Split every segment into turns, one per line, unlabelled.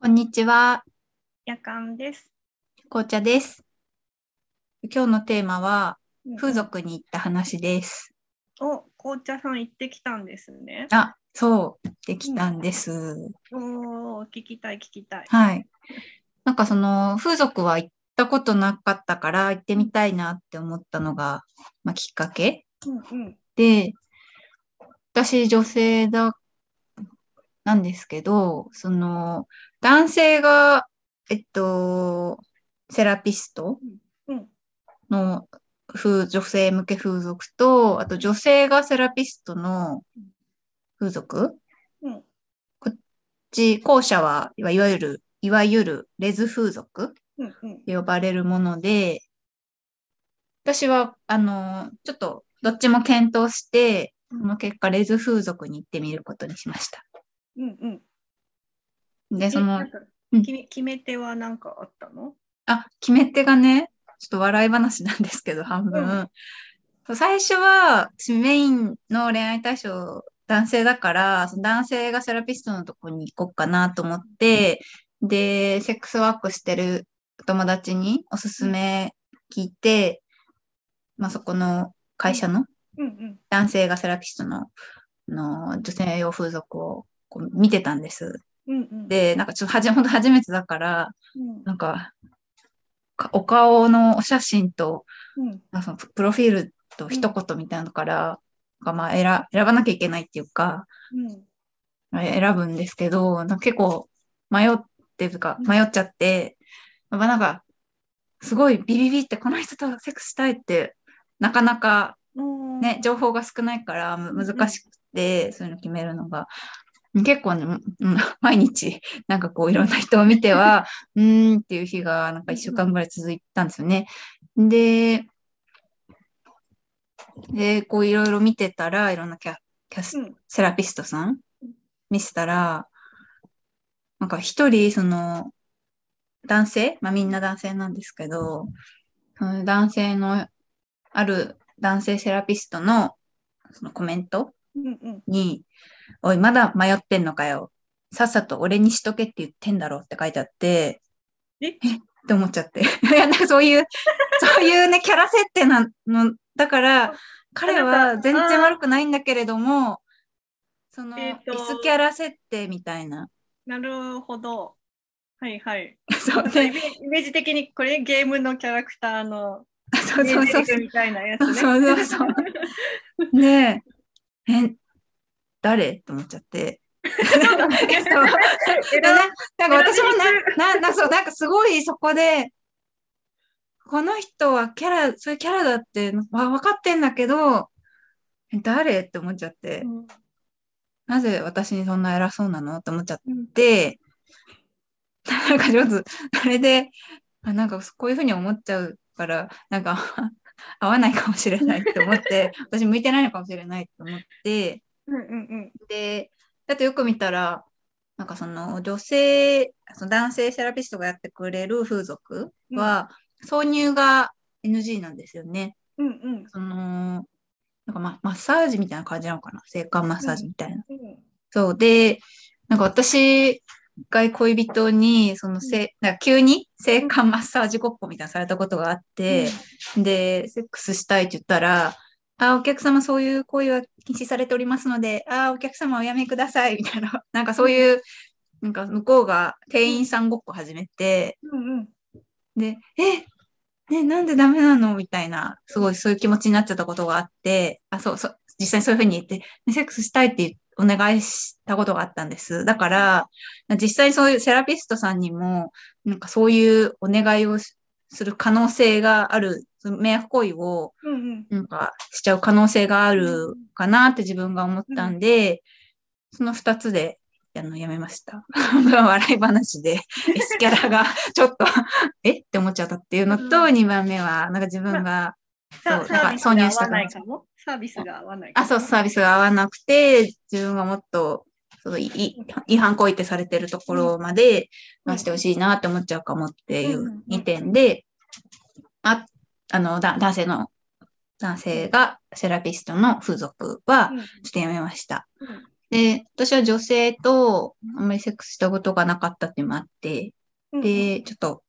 こんにちは、
夜間です。
紅茶です。今日のテーマは、風
俗
俗に行った話です。
お、紅茶さん行ってきたんですね。
あ、そう、できたんです。
おー、聞きたい聞きたい。
はい。なんかその、風俗は行ったことなかったから、行ってみたいなって思ったのが、まあ、きっかけ
うんうん。
で、私、女性だ、なんですけど、その、男性が、えっと、セラピスト
うん
の風女性向け風俗と、あと女性がセラピストの風俗
うん
ち、後者はいわいわゆる、いわゆるレズ風俗
うんうん。
と呼ばれるもので、私は、あの、ちょっとどっちも検討して、その結果、レズ風俗に行ってみることにしました。
うんうん。
で、
え
そ
な
の
ん、か
うん
き決め手は何かあったの
あ、決め手がね、ちょっと笑い話なんですけど、半分。そう最初は、私メインの恋愛対象、男性だから、その男性がセラピストのとこに行こうかなと思って、で、セックスワークしてる友達におすすめ聞いて、まあ、そこの会社の
うんうん。
男性がセラピストの、あの女性用風俗をこう見てたんです。
うんうん。
で、なんかちょっとはじ、ほんと初めてだから、
うん
なんか、かお顔のお写真と、
うん
なんかそのププロフィールと一言みたいなのから、がまあ選選ばなきゃいけないっていうか、
うん。
え選ぶんですけど、なんか結構迷ってるか、
うん
迷っちゃって、まあなんか、すごいビビビってこの人とセックスしたいって、なかなか
うん
ね、情報が少ないからむ難しくて、そういうの決めるのが。結構ね、うんうん 毎日、なんかこういろんな人を見ては、うーんっていう日がなんか1週間ぐらい続いたんですよね。で、で、こういろいろ見てたら、いろんなキャキャス
うん
セラピストさん
うん
見せたら、なんか一人、その、男性まあみんな男性なんですけど、その男性の、ある男性セラピストの、そのコメント
うんうん。
に、おい、まだ迷ってんのかよ。さっさと俺にしとけって言ってんだろって書いてあって、
え
って思っちゃって。い や、なんかそう いう、そういうね、キャラ設定なの、だから、彼は全然悪くないんだけれども、その、
えーと
イスキャラ設定みたいな。
なるほど。はいはい。
そう
なんかイ
で、
メイメージ的にこれゲームのキャラクターの
そ
イ
う
メ
そうそ
ー
う
ジ。みたいなやつ
そう
ね。
そう そうそう。ねえ、え、誰と思っちゃって。そう
だね
そう
え
だ
ら
ねなんか私も
選
な、な、な、そう、なんかすごいそこで、この人はキャラ、そういうキャラだってわ分かってんだけど、え誰って思っちゃって
う、ん
なぜ私にそんな偉そうなのって思っちゃっ
うん
て、なんかちょっと、それで、あなんかこういうふうに思っちゃうから、なんか合わないかもしれないって思って、私向いてないのかもしれないって思って、
うんうん
で、だとよく見たら、なんかその女性、その男性セラピストがやってくれる風俗は、挿入が NG なんですよね。
うんうんうん
その、なんかま、マッサージみたいな感じなのかな性感マッサージみたいな。
うん
そう。で、なんか私、一回恋人に、そのせ、なんか急に性感マッサージごっこみたいなのされたことがあって、で、セックスしたいって言ったら、あ、お客様そういう行為は禁止されておりますので、あ、お客様おやめください、みたいな。なんかそういう、なんか向こうが店員さんごっこ始めて、
うんうん
で、え、ね、なんでダメなのみたいな、すごいそういう気持ちになっちゃったことがあって、あ、そうそう、実際にそういうふうに言って、ねセックスしたいってお願いしたことがあったんです。だから、実際にそういうセラピストさんにも、なんかそういうお願いをしする可能性がある、その迷惑行為を、
うんうん
なんかしちゃう可能性があるかなって自分が思ったんで、その二つで、あの、やめました。 笑い話 で、S キャラがちょっと、えって思っちゃったっていうのと、
うん
二番目は、なんか自分が、
さ
そうなんか挿入
サービスが
し
合
た
わないかも。サービスが合わないか
あ、
も。
そう、サービスが合わなくて、自分がもっと、そのいい違反行為ってされてるところまで
うん
出してほしいなって思っちゃうかもってい
うんうんう
うん2点で、あ、あの、だ男性の、男性がセラピストの風俗は
うん
ちょっとやめました。で、私は女性とあんまりセックスしたことがなかったっていうのもあって、
うん、
で、ちょっと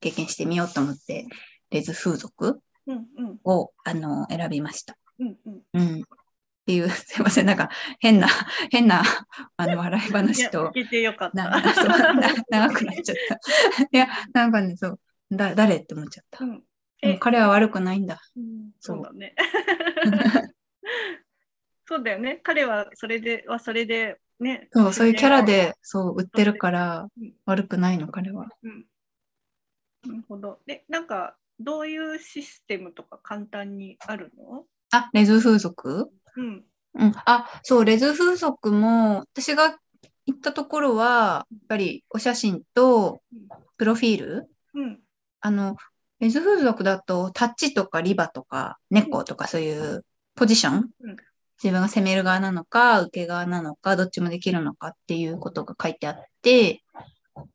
経験してみようと思って、レズ風俗
うんうん
を、あの、選びました。
うんうん。
うん。っていう、 すいません、なんか変な、変な、あの、笑い
いや
話と、
聞いてよかっ
な
た。
そうな長くなっちゃ った。いや、なんかね、そう、だ誰って思っちゃった
う。ん
でも彼は悪くないんだ。
うん
そう
そうだね。 そうだよね。彼はそれではそれでね。
そう、そういうキャラ。で、そう、売ってるから
うん、
悪くないの、彼は。
うん。なるほど。で、なんかどういうシステムとか簡単にあるの？
あ、レズ風俗
うん。
うん、あ、そう、レズ風俗も、私が行ったところは、やっぱりお写真と
うん、
プロフィール。
うん。
あの、レズ風俗だと、タッチとかリバとか、猫とかそういうポジション
うん。
自分が攻める側なのか、受け側なのか、どっちもできるのかっていうことが書いてあって、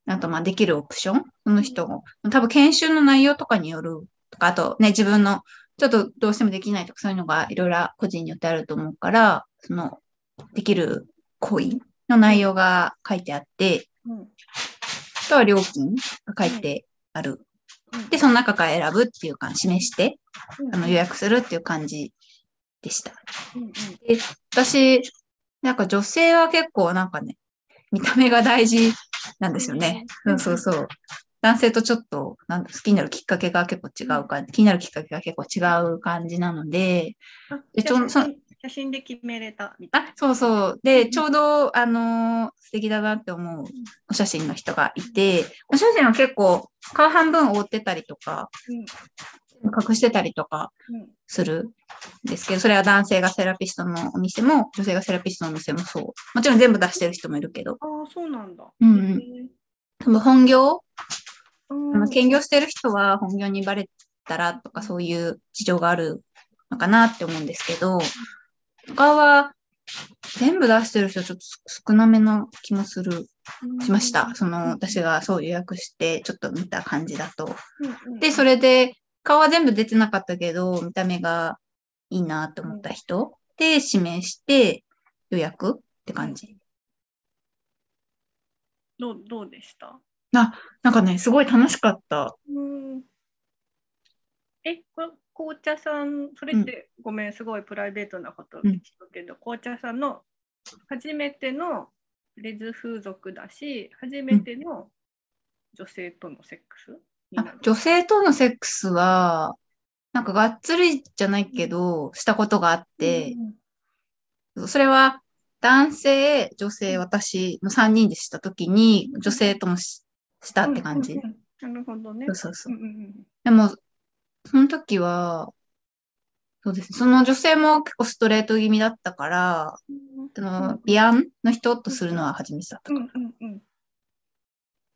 あと、まあ、できるオプションその人も。多分、研修の内容とかによるとか、あとね、自分の、ちょっとどうしてもできないとか、そういうのがいろいろ個人によってあると思うから、その、できる行為の内容が書いてあって、
うん。
あとは料金が書いてある。
うん
で、その中から選ぶっていうか、示して、
うん
あの予約するっていう感じでした。
うんうん。
私、なんか女性は結構なんかね、見た目が大事なんですよね。
う
そ
ん
うそうそう。男性とちょっとなん好きになるきっかけが結構違うか、気になるきっかけが結構違う感じなので、
あ
え
じゃあ
ちょ
写真写真で決めれたみたい
あ、そうそう。
う
で、
ん
ちょうど、あのー素敵だなって思うお写真の人がいて、お写真は結構顔半分覆ってたりとか、隠してたりとか
な。うん
するんですけど、それは男性がセラピストのお店も、女性がセラピストのお店もそう。もちろん全部出してる人もいるけど、
ああ、そうなんだ。
うんうん多分本業、
うん
あの兼業してる人は本業にバレたらとかそういう事情があるのかなって思うんですけど、他は全部出してる人ちょっと少なめな気もする、しました。。その私がそう予約してちょっと見た感じだと。で、そ
れ。
れで、顔は全部出てなかったけど、見た目がいいなと思った人で指名して予約って感じ。
どうどうでした？
なんかね、すごい楽しかった。
うん。え、こ紅茶さん、それって、ごめん、すごいプライベートなこと聞くけど、紅茶さんの初めてのレズ風俗だし、初めての女性とのセックスにな
あ
る。
女性とのセックスは、なんかがっつりじゃないけど、したことがあって、それは男性、女性、私の3人でしたときに、女性ともしした
だ
って感じ。
なるほどね。
そうそうそう
うんうん
でも、その時は、そうですね。その女性も結構ストレート気味だったから、
うん
その、ビアンの人とするのは初めてだった
う
か
んうんうん
ら。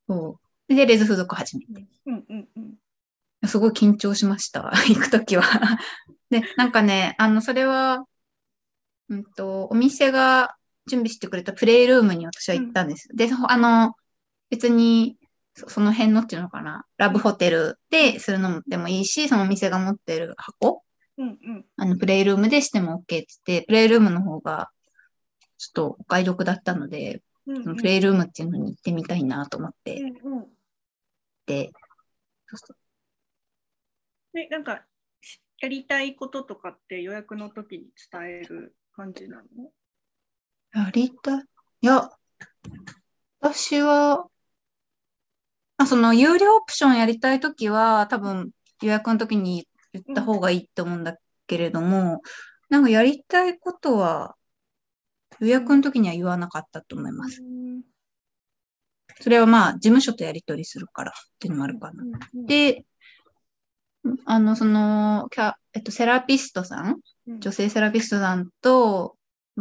そうで、レズ風俗初め
うんうんうん
て。すごい緊張しました。 行くときは。で、なんかね、あの、それは、うんと、お店が準備してくれたプレイルームに私は行ったんです。で、そあの、別に、そその辺のっていうのかな、ラブホテルでするのもでもいいし、そのお店が持ってる箱
うんうん
あの、プレイルームでしても OK って言って、プレイルームの方が、ちょっとお買い得だったので、
うん
そ
うん
のプレイルームっていうのに行ってみたいなと思って、
うんうん
で、そうそう
でなんかしやりたいこととかって予約の時に伝える感じなの
やりたい。いや、私は、あその、有料オプションやりたいときは、多分予約の時に言った方がいいと思うんだけれども、なんかやりたいことは、予約の時には言わなかったと思います。
うん
それはまあ、事務所とやり取りするからっていうのもあるかな。
うんうん
で、あの、その、キャえっと、セラピストさん、
うん
女性セラピストさんと、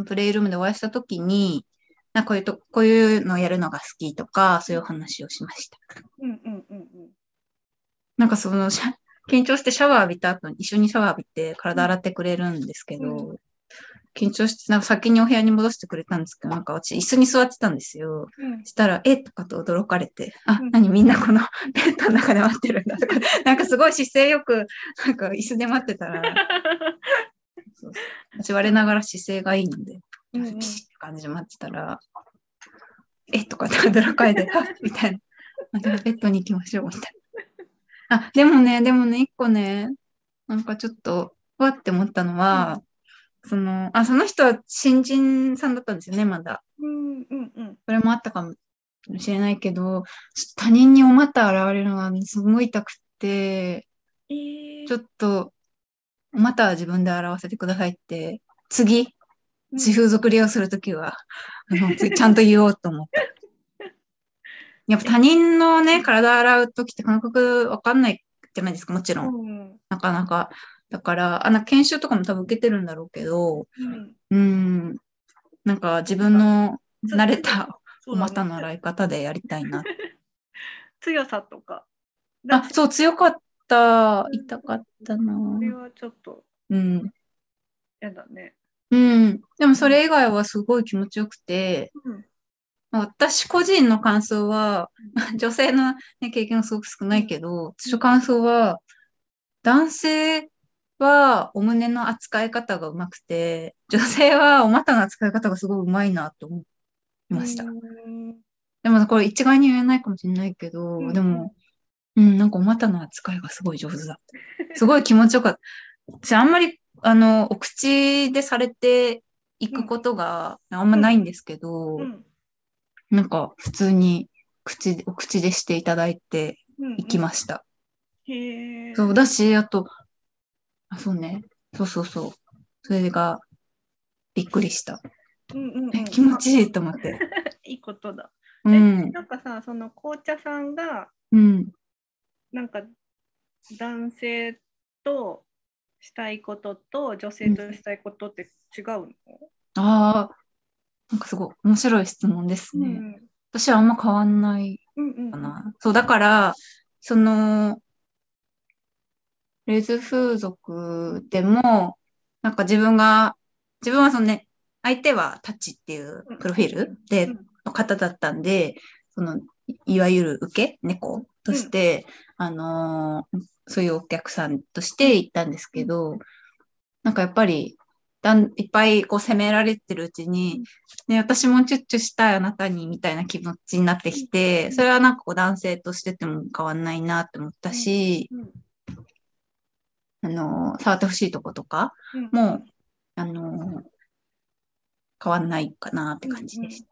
プレイルームでお会いしたときに、なんかこういうと、こういうのをやるのが好きとか、そういう話をしました。
うんうんうんうん
なんかその、シャ緊張してシャワー浴びた後に、一緒にシャワー浴びて体洗ってくれるんですけど、
う
緊張して、なんか先にお部屋に戻してくれたんですけど、なんか私椅子に座ってたんですよ。
うん
したら、えとかと驚かれて、あ
うん、
何みんなこの ベッドの中で待ってるんだとか、 なんかすごい姿勢よく、なんか椅子で待ってたら、そうそう私我ながら姿勢がいいので、
うんうん
ピシッて感じで待ってたら、えとかって驚かれ て、あみたいな。またベッドに行きましょう、みたいな。あ、でもね、でもね、一個ね、なんかちょっと、ふわって思ったのは、その、あ、その人は新人さんだったんですよね、まだ。
うんうんうん。
それもあったかもしれないけど、ちょっと他人にお股現れるのがすごい痛くって、
えー
ちょっと、お股は自分で洗わせてくださいって、次、
うん
私風俗利用するときは、あの、ついちゃんと言おうと思った。やっぱ他人のね、体洗うときって感覚わかんないじゃないですか、もちろん。
うん
なかなか。だから、あの、研修とかも多分受けてるんだろうけど、う
うん
ん、なんか自分の慣れた
そ
お
うだね
股の洗い方でやりたいな。
強さとか。だ
あ、そう、強かった。
ん
痛かったな。
それはちょっと
うん。
嫌だね。
うん。でもそれ以外はすごい気持ちよくて、
うん
まあ私個人の感想は、 女性の、ね、経験はすごく少ないけど、私の感想は、男性はお胸の扱い方がうまくて、女性はお股の扱い方がすごいうまいなと思いました
う。ん
でもこれ一概に言えないかもしれないけど、
うん
でも、うん、なんかお股の扱いがすごい上手だった。すごい気持ちよかった。私あんまり、あの、お口でされていくことがあんまないんですけど、
うん
なんか普通に口で、お口でしていただいて
うん。。
いきますした。
へえ。
そうだし、あと、あ、そうね。そうそうそう。それがびっくりした。
うんうんう
え
ん。
気持ちいいと思って。
いいことだ。
う
え
ん。
なんかさ、その紅茶さんが、
うん。
なんか男性としたいことと女性としたいことって違うの、
ああ、なんかすごい面白い質問です
う
ね。
ん、
私はあんま変わんない
うんうん
かな。そう、だから、その、レズ風俗でも、なんか自分が、自分はそのね、相手はタッチっていうプロフィールで、
うん
の方だったんで、その、いいわゆる受け、猫として、あのーそういうお客さんとして行ったんですけど、なんかやっぱり、だんいっぱいこう責められてるうちに、ね、私もチュッチュしたいあなたにみたいな気持ちになってきて、それはなんかこう男性としてても変わんないなって思ったし、
うん
あのー触ってほしいとことか
うん
も、あのー変わんないかなって感じでした。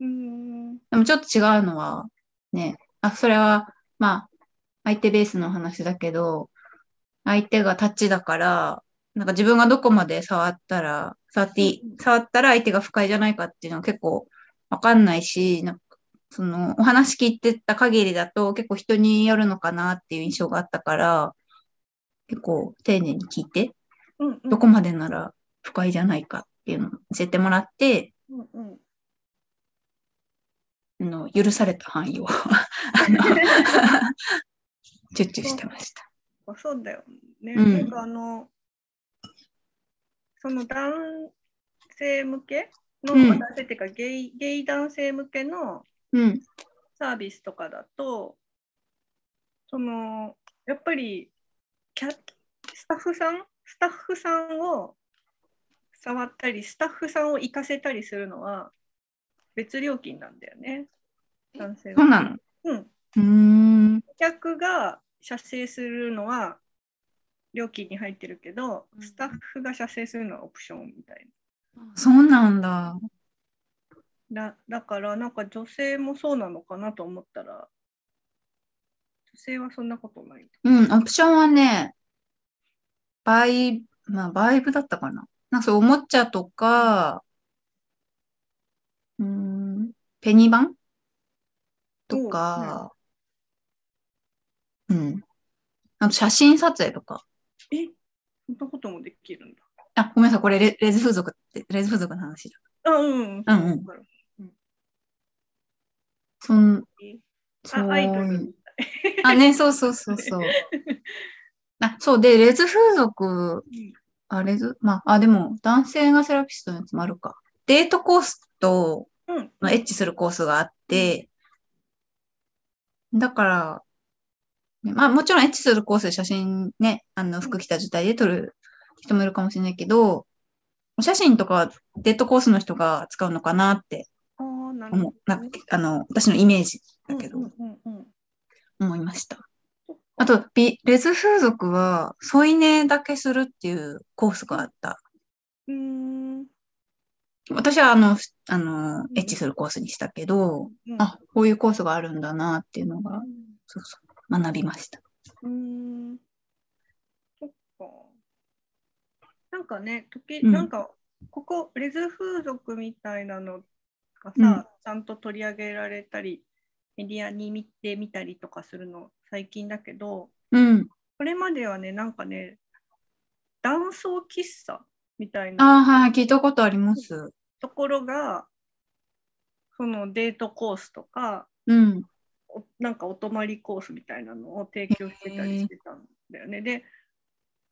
うん
でもちょっと違うのは、ね、あ、それは、まあ、相手ベースの話だけど、相手がタッチだから、なんか自分がどこまで触ったら、触っていい
うんうん
触ったら相手が不快じゃないかっていうのは結構わかんないし、なんかその、お話聞いてた限りだと結構人によるのかなっていう印象があったから、結構丁寧に聞いて、
うんうん
どこまでなら不快じゃないかっていうのを教えてもらって、
うんうん
あの許された範囲をあの チュッチュしてました。
あ そうだよね、
うん
なんかあのその男性向けの、
うん
男性っていうかゲイゲイ男性向けの
うん、
サービスとかだとそのやっぱりキャスタッフさんスタッフさんを触ったりスタッフさんを行かせたりするのは別料金なんだよね男性
そう
は。
なの。
うん、顧
うーん、
客が射精するのは料金に入ってるけど
うん
スタッフが射精するのはオプションみたい
そうなんだ。
な。だだからなんか女性もそうなのかなと思ったら女性はそんなことない。
うん、オプションはね、バイ、まあ、バイブだったかな。なんかそう、おもちゃとか、うーん、ペニバンとか、うん。あと写真撮影とか。
えそんなこともできるんだ。
あ、ごめんなさい、これレレズ風俗って、レズ風俗の話だ。
あ、うん、
うんうん
わかる
そん、
え
そう
あ、アイドルみたい。
あ、ね、そうそうそうそう。あ、そうで、レズ風俗、あ、レズ、まあ、あ、でも、男性がセラピストのやつもあるか。デートコースと、
うん。
まあエッチするコースがあって、だから、ねまあ、もちろんエッチするコースで写真ね、あの、服着た状態で撮る人もいるかもしれないけど、お写真とかはデートコースの人が使うのかなって
ああ、なる
思う
ほど
な。んかあの、私のイメージだけど、
うんうんうんうん
思いました
そっ。
あと、ビレズ風俗は添い寝だけするっていうコースがあった。
うーん。
私はあの、ふあの
ん、
エッチするコースにしたけど、
うん
あ、こういうコースがあるんだなっていうのが、そうそう、学びました。
うん。そっか。なんかね、時、
うん
なんか、ここ、レズ風俗みたいなのがさ、
うん
ちゃんと取り上げられたり、メディアに見てみたりとかするの最近だけど、
うん。
これまではね、なんかね、男装喫茶みたいな
ああ、はい、聞いたことあります。
ところが、そのデートコースとか、
うん。
おなんかお泊まりコースみたいなのを提供してたりしてたんだよね。で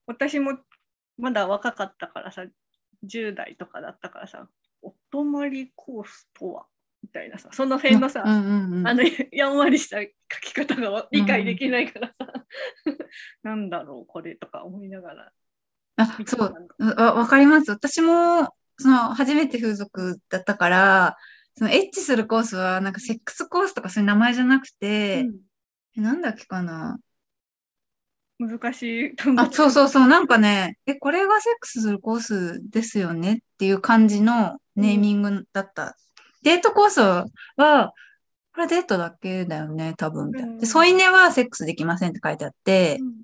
私もまだ若かったからさ10代とかだったからさお泊まりコースとはみたいなさその辺のさ、
うんうんうん。
あのやんわりした書き方がわ理解できないからさ、 なんだろうこれとか思いながら
あ
見て
そ
たん
う
だ。
わわかります。私も、その、初めて風俗だったから、その、エッチするコースは、なんか、セックスコースとかそういう名前じゃなくて、えなんだっけかな。
うん難しい
あ、そう
う
そうそう、なんかね、え、これがセックスするコースですよねっていう感じのネーミングだった。デートコースは、これデートだけだよね、多分みたいな。
うん
で、添い寝はセックスできませんって書いてあって、
ん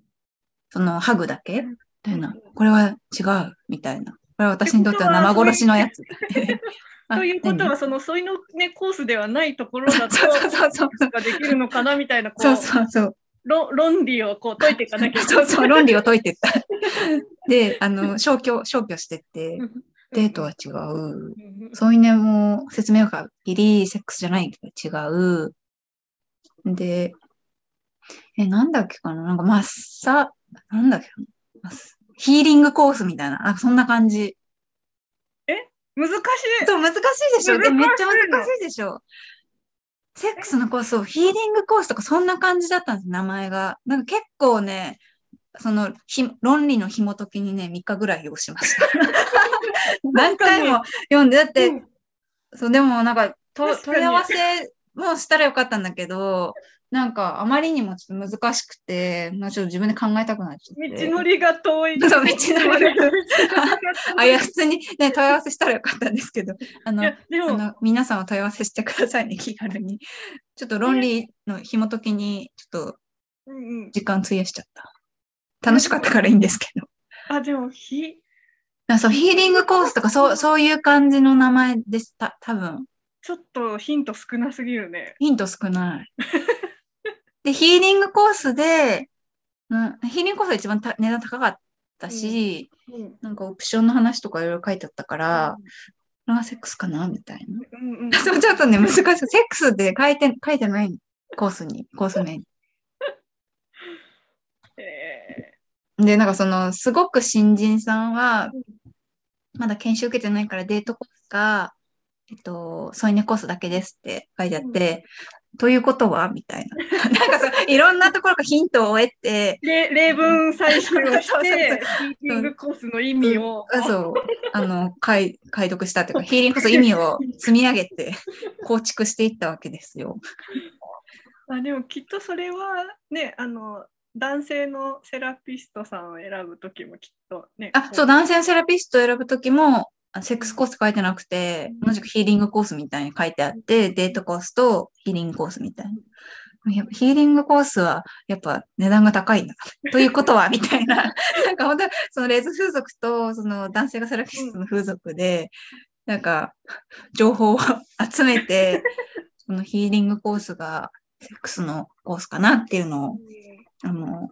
その、ハグだけみたいな
うん。
これは違う、みたいな。これは私にとっては生殺しのやつ。
ということ は
あ
その添いの、ね、コースではないところだ
何
と
そうそうそうそう。
ができるのかなみたいなこう
そうそうそう。
論論理をこう解いていかなきゃいけ
そ
な
う
い。
そう、論理を解いてっ た。で、あの、消去、消去してって、デートは違う。
うん
添い寝も説明がギリ、セックスじゃないけど違う。で、え、なんだっけかななんかマッサ、なんだっけかなマッサヒーリングコースみたいな、あそんな感じ。
難しい。
そう、難しいでしょで
難しいの
めっちゃ難しいでしょセックスのコースをヒーリングコースとかそんな感じだったんです、名前が。なんか結構ね、そのひ論理の紐解きにね、3日ぐらいをしま した。何回も読んで、だって、
うん
そう、でもなんかと
確かに
問い合わせもしたらよかったんだけど、なんかあまりにもちょっと難しくて、まあちょっと自分で考えたくなっちゃって。
道のりが遠い。
そう道のり があ、いや、普通にね、問い合わせしたらよかったんですけど、あ
い
の、
やで
あ
も
の皆さんお問い合わせしてくださいね、気軽に。ちょっと論理の紐解きに、ちょっと
うんうん
時間費やしちゃった。楽しかったからいいんですけど。
あでもひ
あそう、ヒーリングコースとか、そう、そういう感じの名前でした。多分、
ちょっとヒント少なすぎるね。
ヒント少ない。 で、ヒーリングコースで、うん、ヒーリングコースが一番た値段高かったし、
うん
なんかオプションの話とかいろいろ書いてあったから、これがセックスかなみたいな。
うんうん、
そう、ちょっとね、難しい。セックスで書いて、書いてないコースに、コース名に。
え
で、なんかその、すごく新人さんは、まだ研修受けてないからデートコースか、えっと、添い寝コースだけですって書いてあって、ということはみたいな。 なんかそう、いろんなところからヒントを得て、
ーれ例文採集を し
そうそう
て
そ、
ヒーリングコースの意味を。
あそう、あの、解、解読したというか、ヒーリングコースの意味を積み上げて、構築していったわけですよ。
あでもきっとそれはねあの男性のセラピストさんを選ぶ時もきっとね
あ、そう、男性のセラピストを選ぶときも、あセックスコース書いてなくて、同じくヒーリングコースみたいに書いてあって、デートコースとヒーリングコースみたいな。やっぱヒーリングコースは、やっぱ値段が高いんだ。ということは、みたいな。なんか本当そのレズ風俗と、その男性がセラピストの風俗で、なんか、情報を集めて、そのヒーリングコースが、セックスのコースかなっていうのをあの、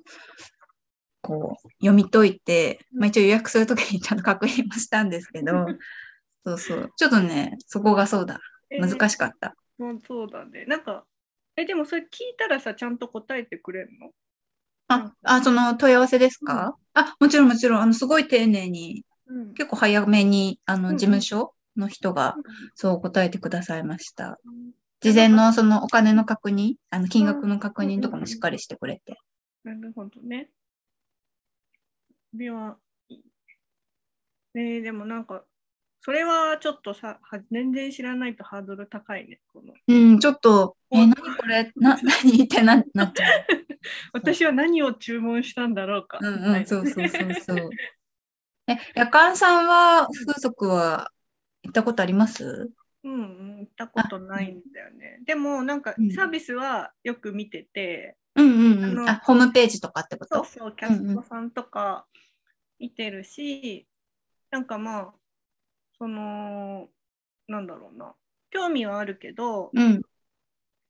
こう、読み解いて、まあ、一応予約するときにちゃんと確認もしたんですけ ど、そうそう。ちょっとね、そこがそうだ。難
しい、
しかった。
そうそうだねなんかえでもそれ聞いたらさちゃんと答えてくれるの
あ、あ、その問い合わせですか、あ、もちろんもちろん、あの、すごい丁寧に、
うん
結構早めに、あ
うん
の、
うん
事務所の人が、そう答えてくださいました。
うん
事前のそのお金の確認、あの、金額の確認とかもしっかりしてくれて。
なるほどねではえーでもなんかそれはちょっとさ、は全然知らないとハードル高いね。この
うん、ちょっと、え、何これ、な、何ってな、なっちゃう。
私は何を注文したんだろうか。
うん
は
うん、
い
そうそうそう そう。え、夜間さんは、風俗は行ったことあります
うんうん、行ったことないんだよね。でも、なんか
うん
サービスはよく見てて、
うんうんうん。
あの
あ、ホームページとかってこ
そう
と
そう、キャストさんとか見てるし、なんかまあ、その、なんだろうな、興味はあるけど、
うん。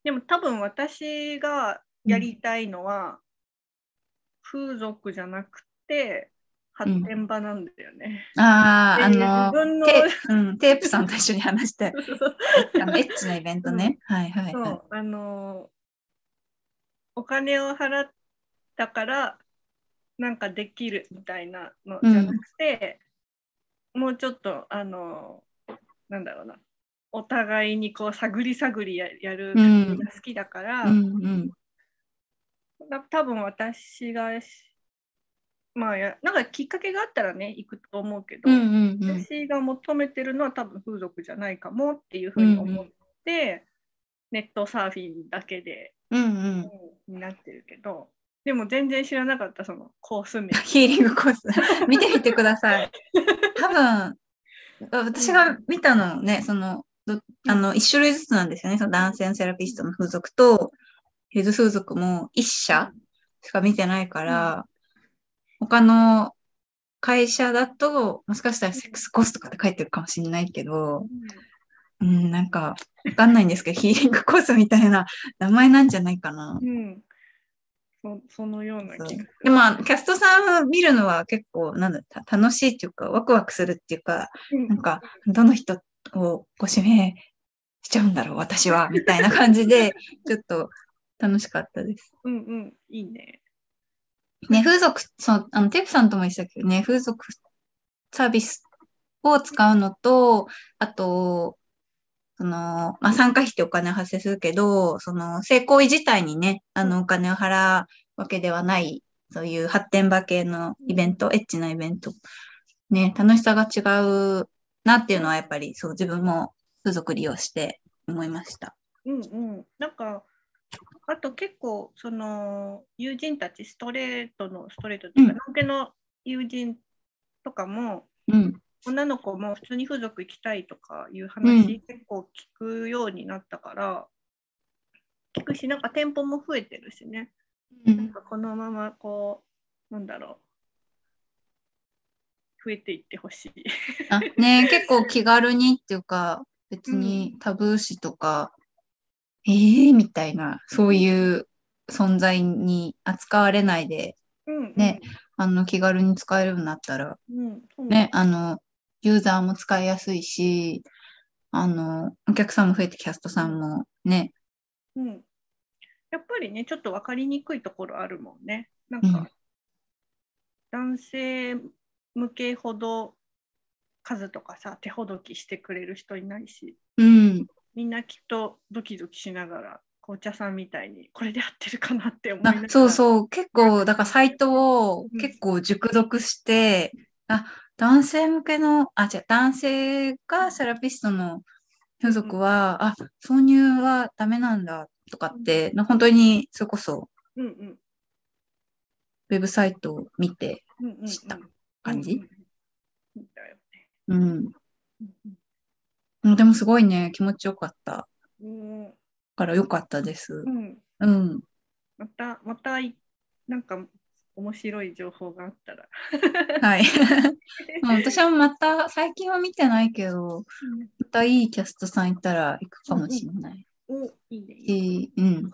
でも多分私がやりたいのは、風俗じゃなくて、発展場なんだよね。
ああ、あ
で
の
自、分 の
テうん、テープさんと一緒に話 して、あのエッチなイベントね。はいはい
そ
は
う、あのーお金を払ったからなんかできるみたいなのじゃなくて、もうちょっとあのーなんだろうなお互いにこう探り探りややる感じが好きだから、
い。うんうん。
な多分私がしまあやなんかきっかけがあったらね行くと思うけど、
うんうんうん。
私が求めてるのは多分風俗じゃないかもっていうふうに思って、ネットサーフィンだけで
うんうん。
になってるけどでも全然知らなかったそのコース名
ヒーリングコース。見てみてください。多分、私が見たのね、その、どあの、一種類ずつなんですよね。その男性のセラピストの風俗と、ヘズ風俗も一社しか見てないから、他の会社だと、もしかしたらセックスコースとかって書いてるかもしれないけど、うん、なんか、わかんないんですけど、ヒーリングコースみたいな名前なんじゃないかな
う。んそそのような気がする
でも、あのキャストさん見るのは結構、なんだ、た楽しいっていうか、ワクワクするっていうか、
うん
なんか、どの人をご指名しちゃうんだろう、私は、みたいな感じで、ちょっと楽しかったです。
うんうんいいね
ね、風俗、そう、あの、テープさんとも言ってたけどね、風俗サービスを使うのと、あと、その、まあ、参加費ってお金は発生するけど、その、性行為自体にね、あの、お金を払うわけではない、そういう発展場系のイベント、エッチなイベント、ね、楽しさが違うなっていうのは、やっぱり、そう、自分も風俗利用して思いました。
うんうんなんかあと結構その友人たちストレートのストレートっていうか、男系の友人とかも
うん。
女の子も普通に風俗行きたいとかいう話結構聞くようになったから、聞くしなんか店舗も増えてるしねなんかこのままこうなんだろう増えていってほしい。
あね結構気軽にっていうか別にタブー視とか、ええー、みたいなそういう存在に扱われないで
うん
ね、あの気軽に使えるようになったら
うんそう
ねあのユーザーも使いやすいしあのお客さんも増えてキャストさんもね
うん、やっぱりねちょっと分かりにくいところあるもんね。なん
うん
か、男性向けほど数とかさ手ほどきしてくれる人いないし
うん
みんなきっとドキドキしながら紅茶さんみたいにこれで合ってるかなって思いなが
あ
ら
そう
う
そう結構だからサイトを
うん
結構熟読して、あ男性向けのあじゃ男性がセラピストの風俗は、あ挿入はダメなんだとかって、な本当にそれこそ
うんうん
ウェブサイトを見て
うんうんうん
知った感じ
うんうんうんだよね
うん
うんうん
でもすごいね気持ちよかっただ
うん
からよかったです
うん、
うん
またまたいなんか面白い情報があったら。
はい うん私はまた最近は見てないけどまたいいキャストさんいたら行くかもしれない、
おいいね。いいね
し、うん。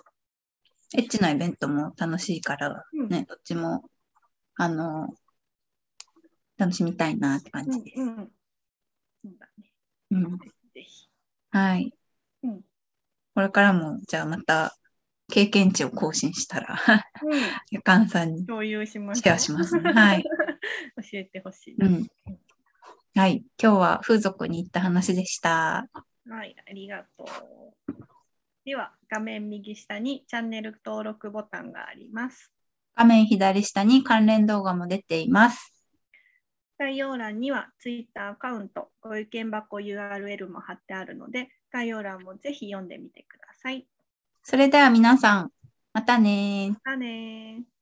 エッチなイベントも楽しいから、
うん
ね、どっちも、あの、楽しみたいなって感
う
じ
ん
です。
うん。そうだね。
うん。
ぜひ。
はい。
うん。
これからも、じゃあまた、経験値を更新したら、
うん。
やかんさんに
共有しましょう
シェアしますね。はい。
教えてほしいな、
うん。はい。今日は風俗に行った話でした。
はい、ありがとう。では、画面右下にチャンネル登録ボタンがあります。
画面左下に関連動画も出ています。
概要欄には Twitter アカウント、ご意見箱 URL も貼ってあるので、概要欄もぜひ読んでみてください。
それでは皆さん、またねー。
またねー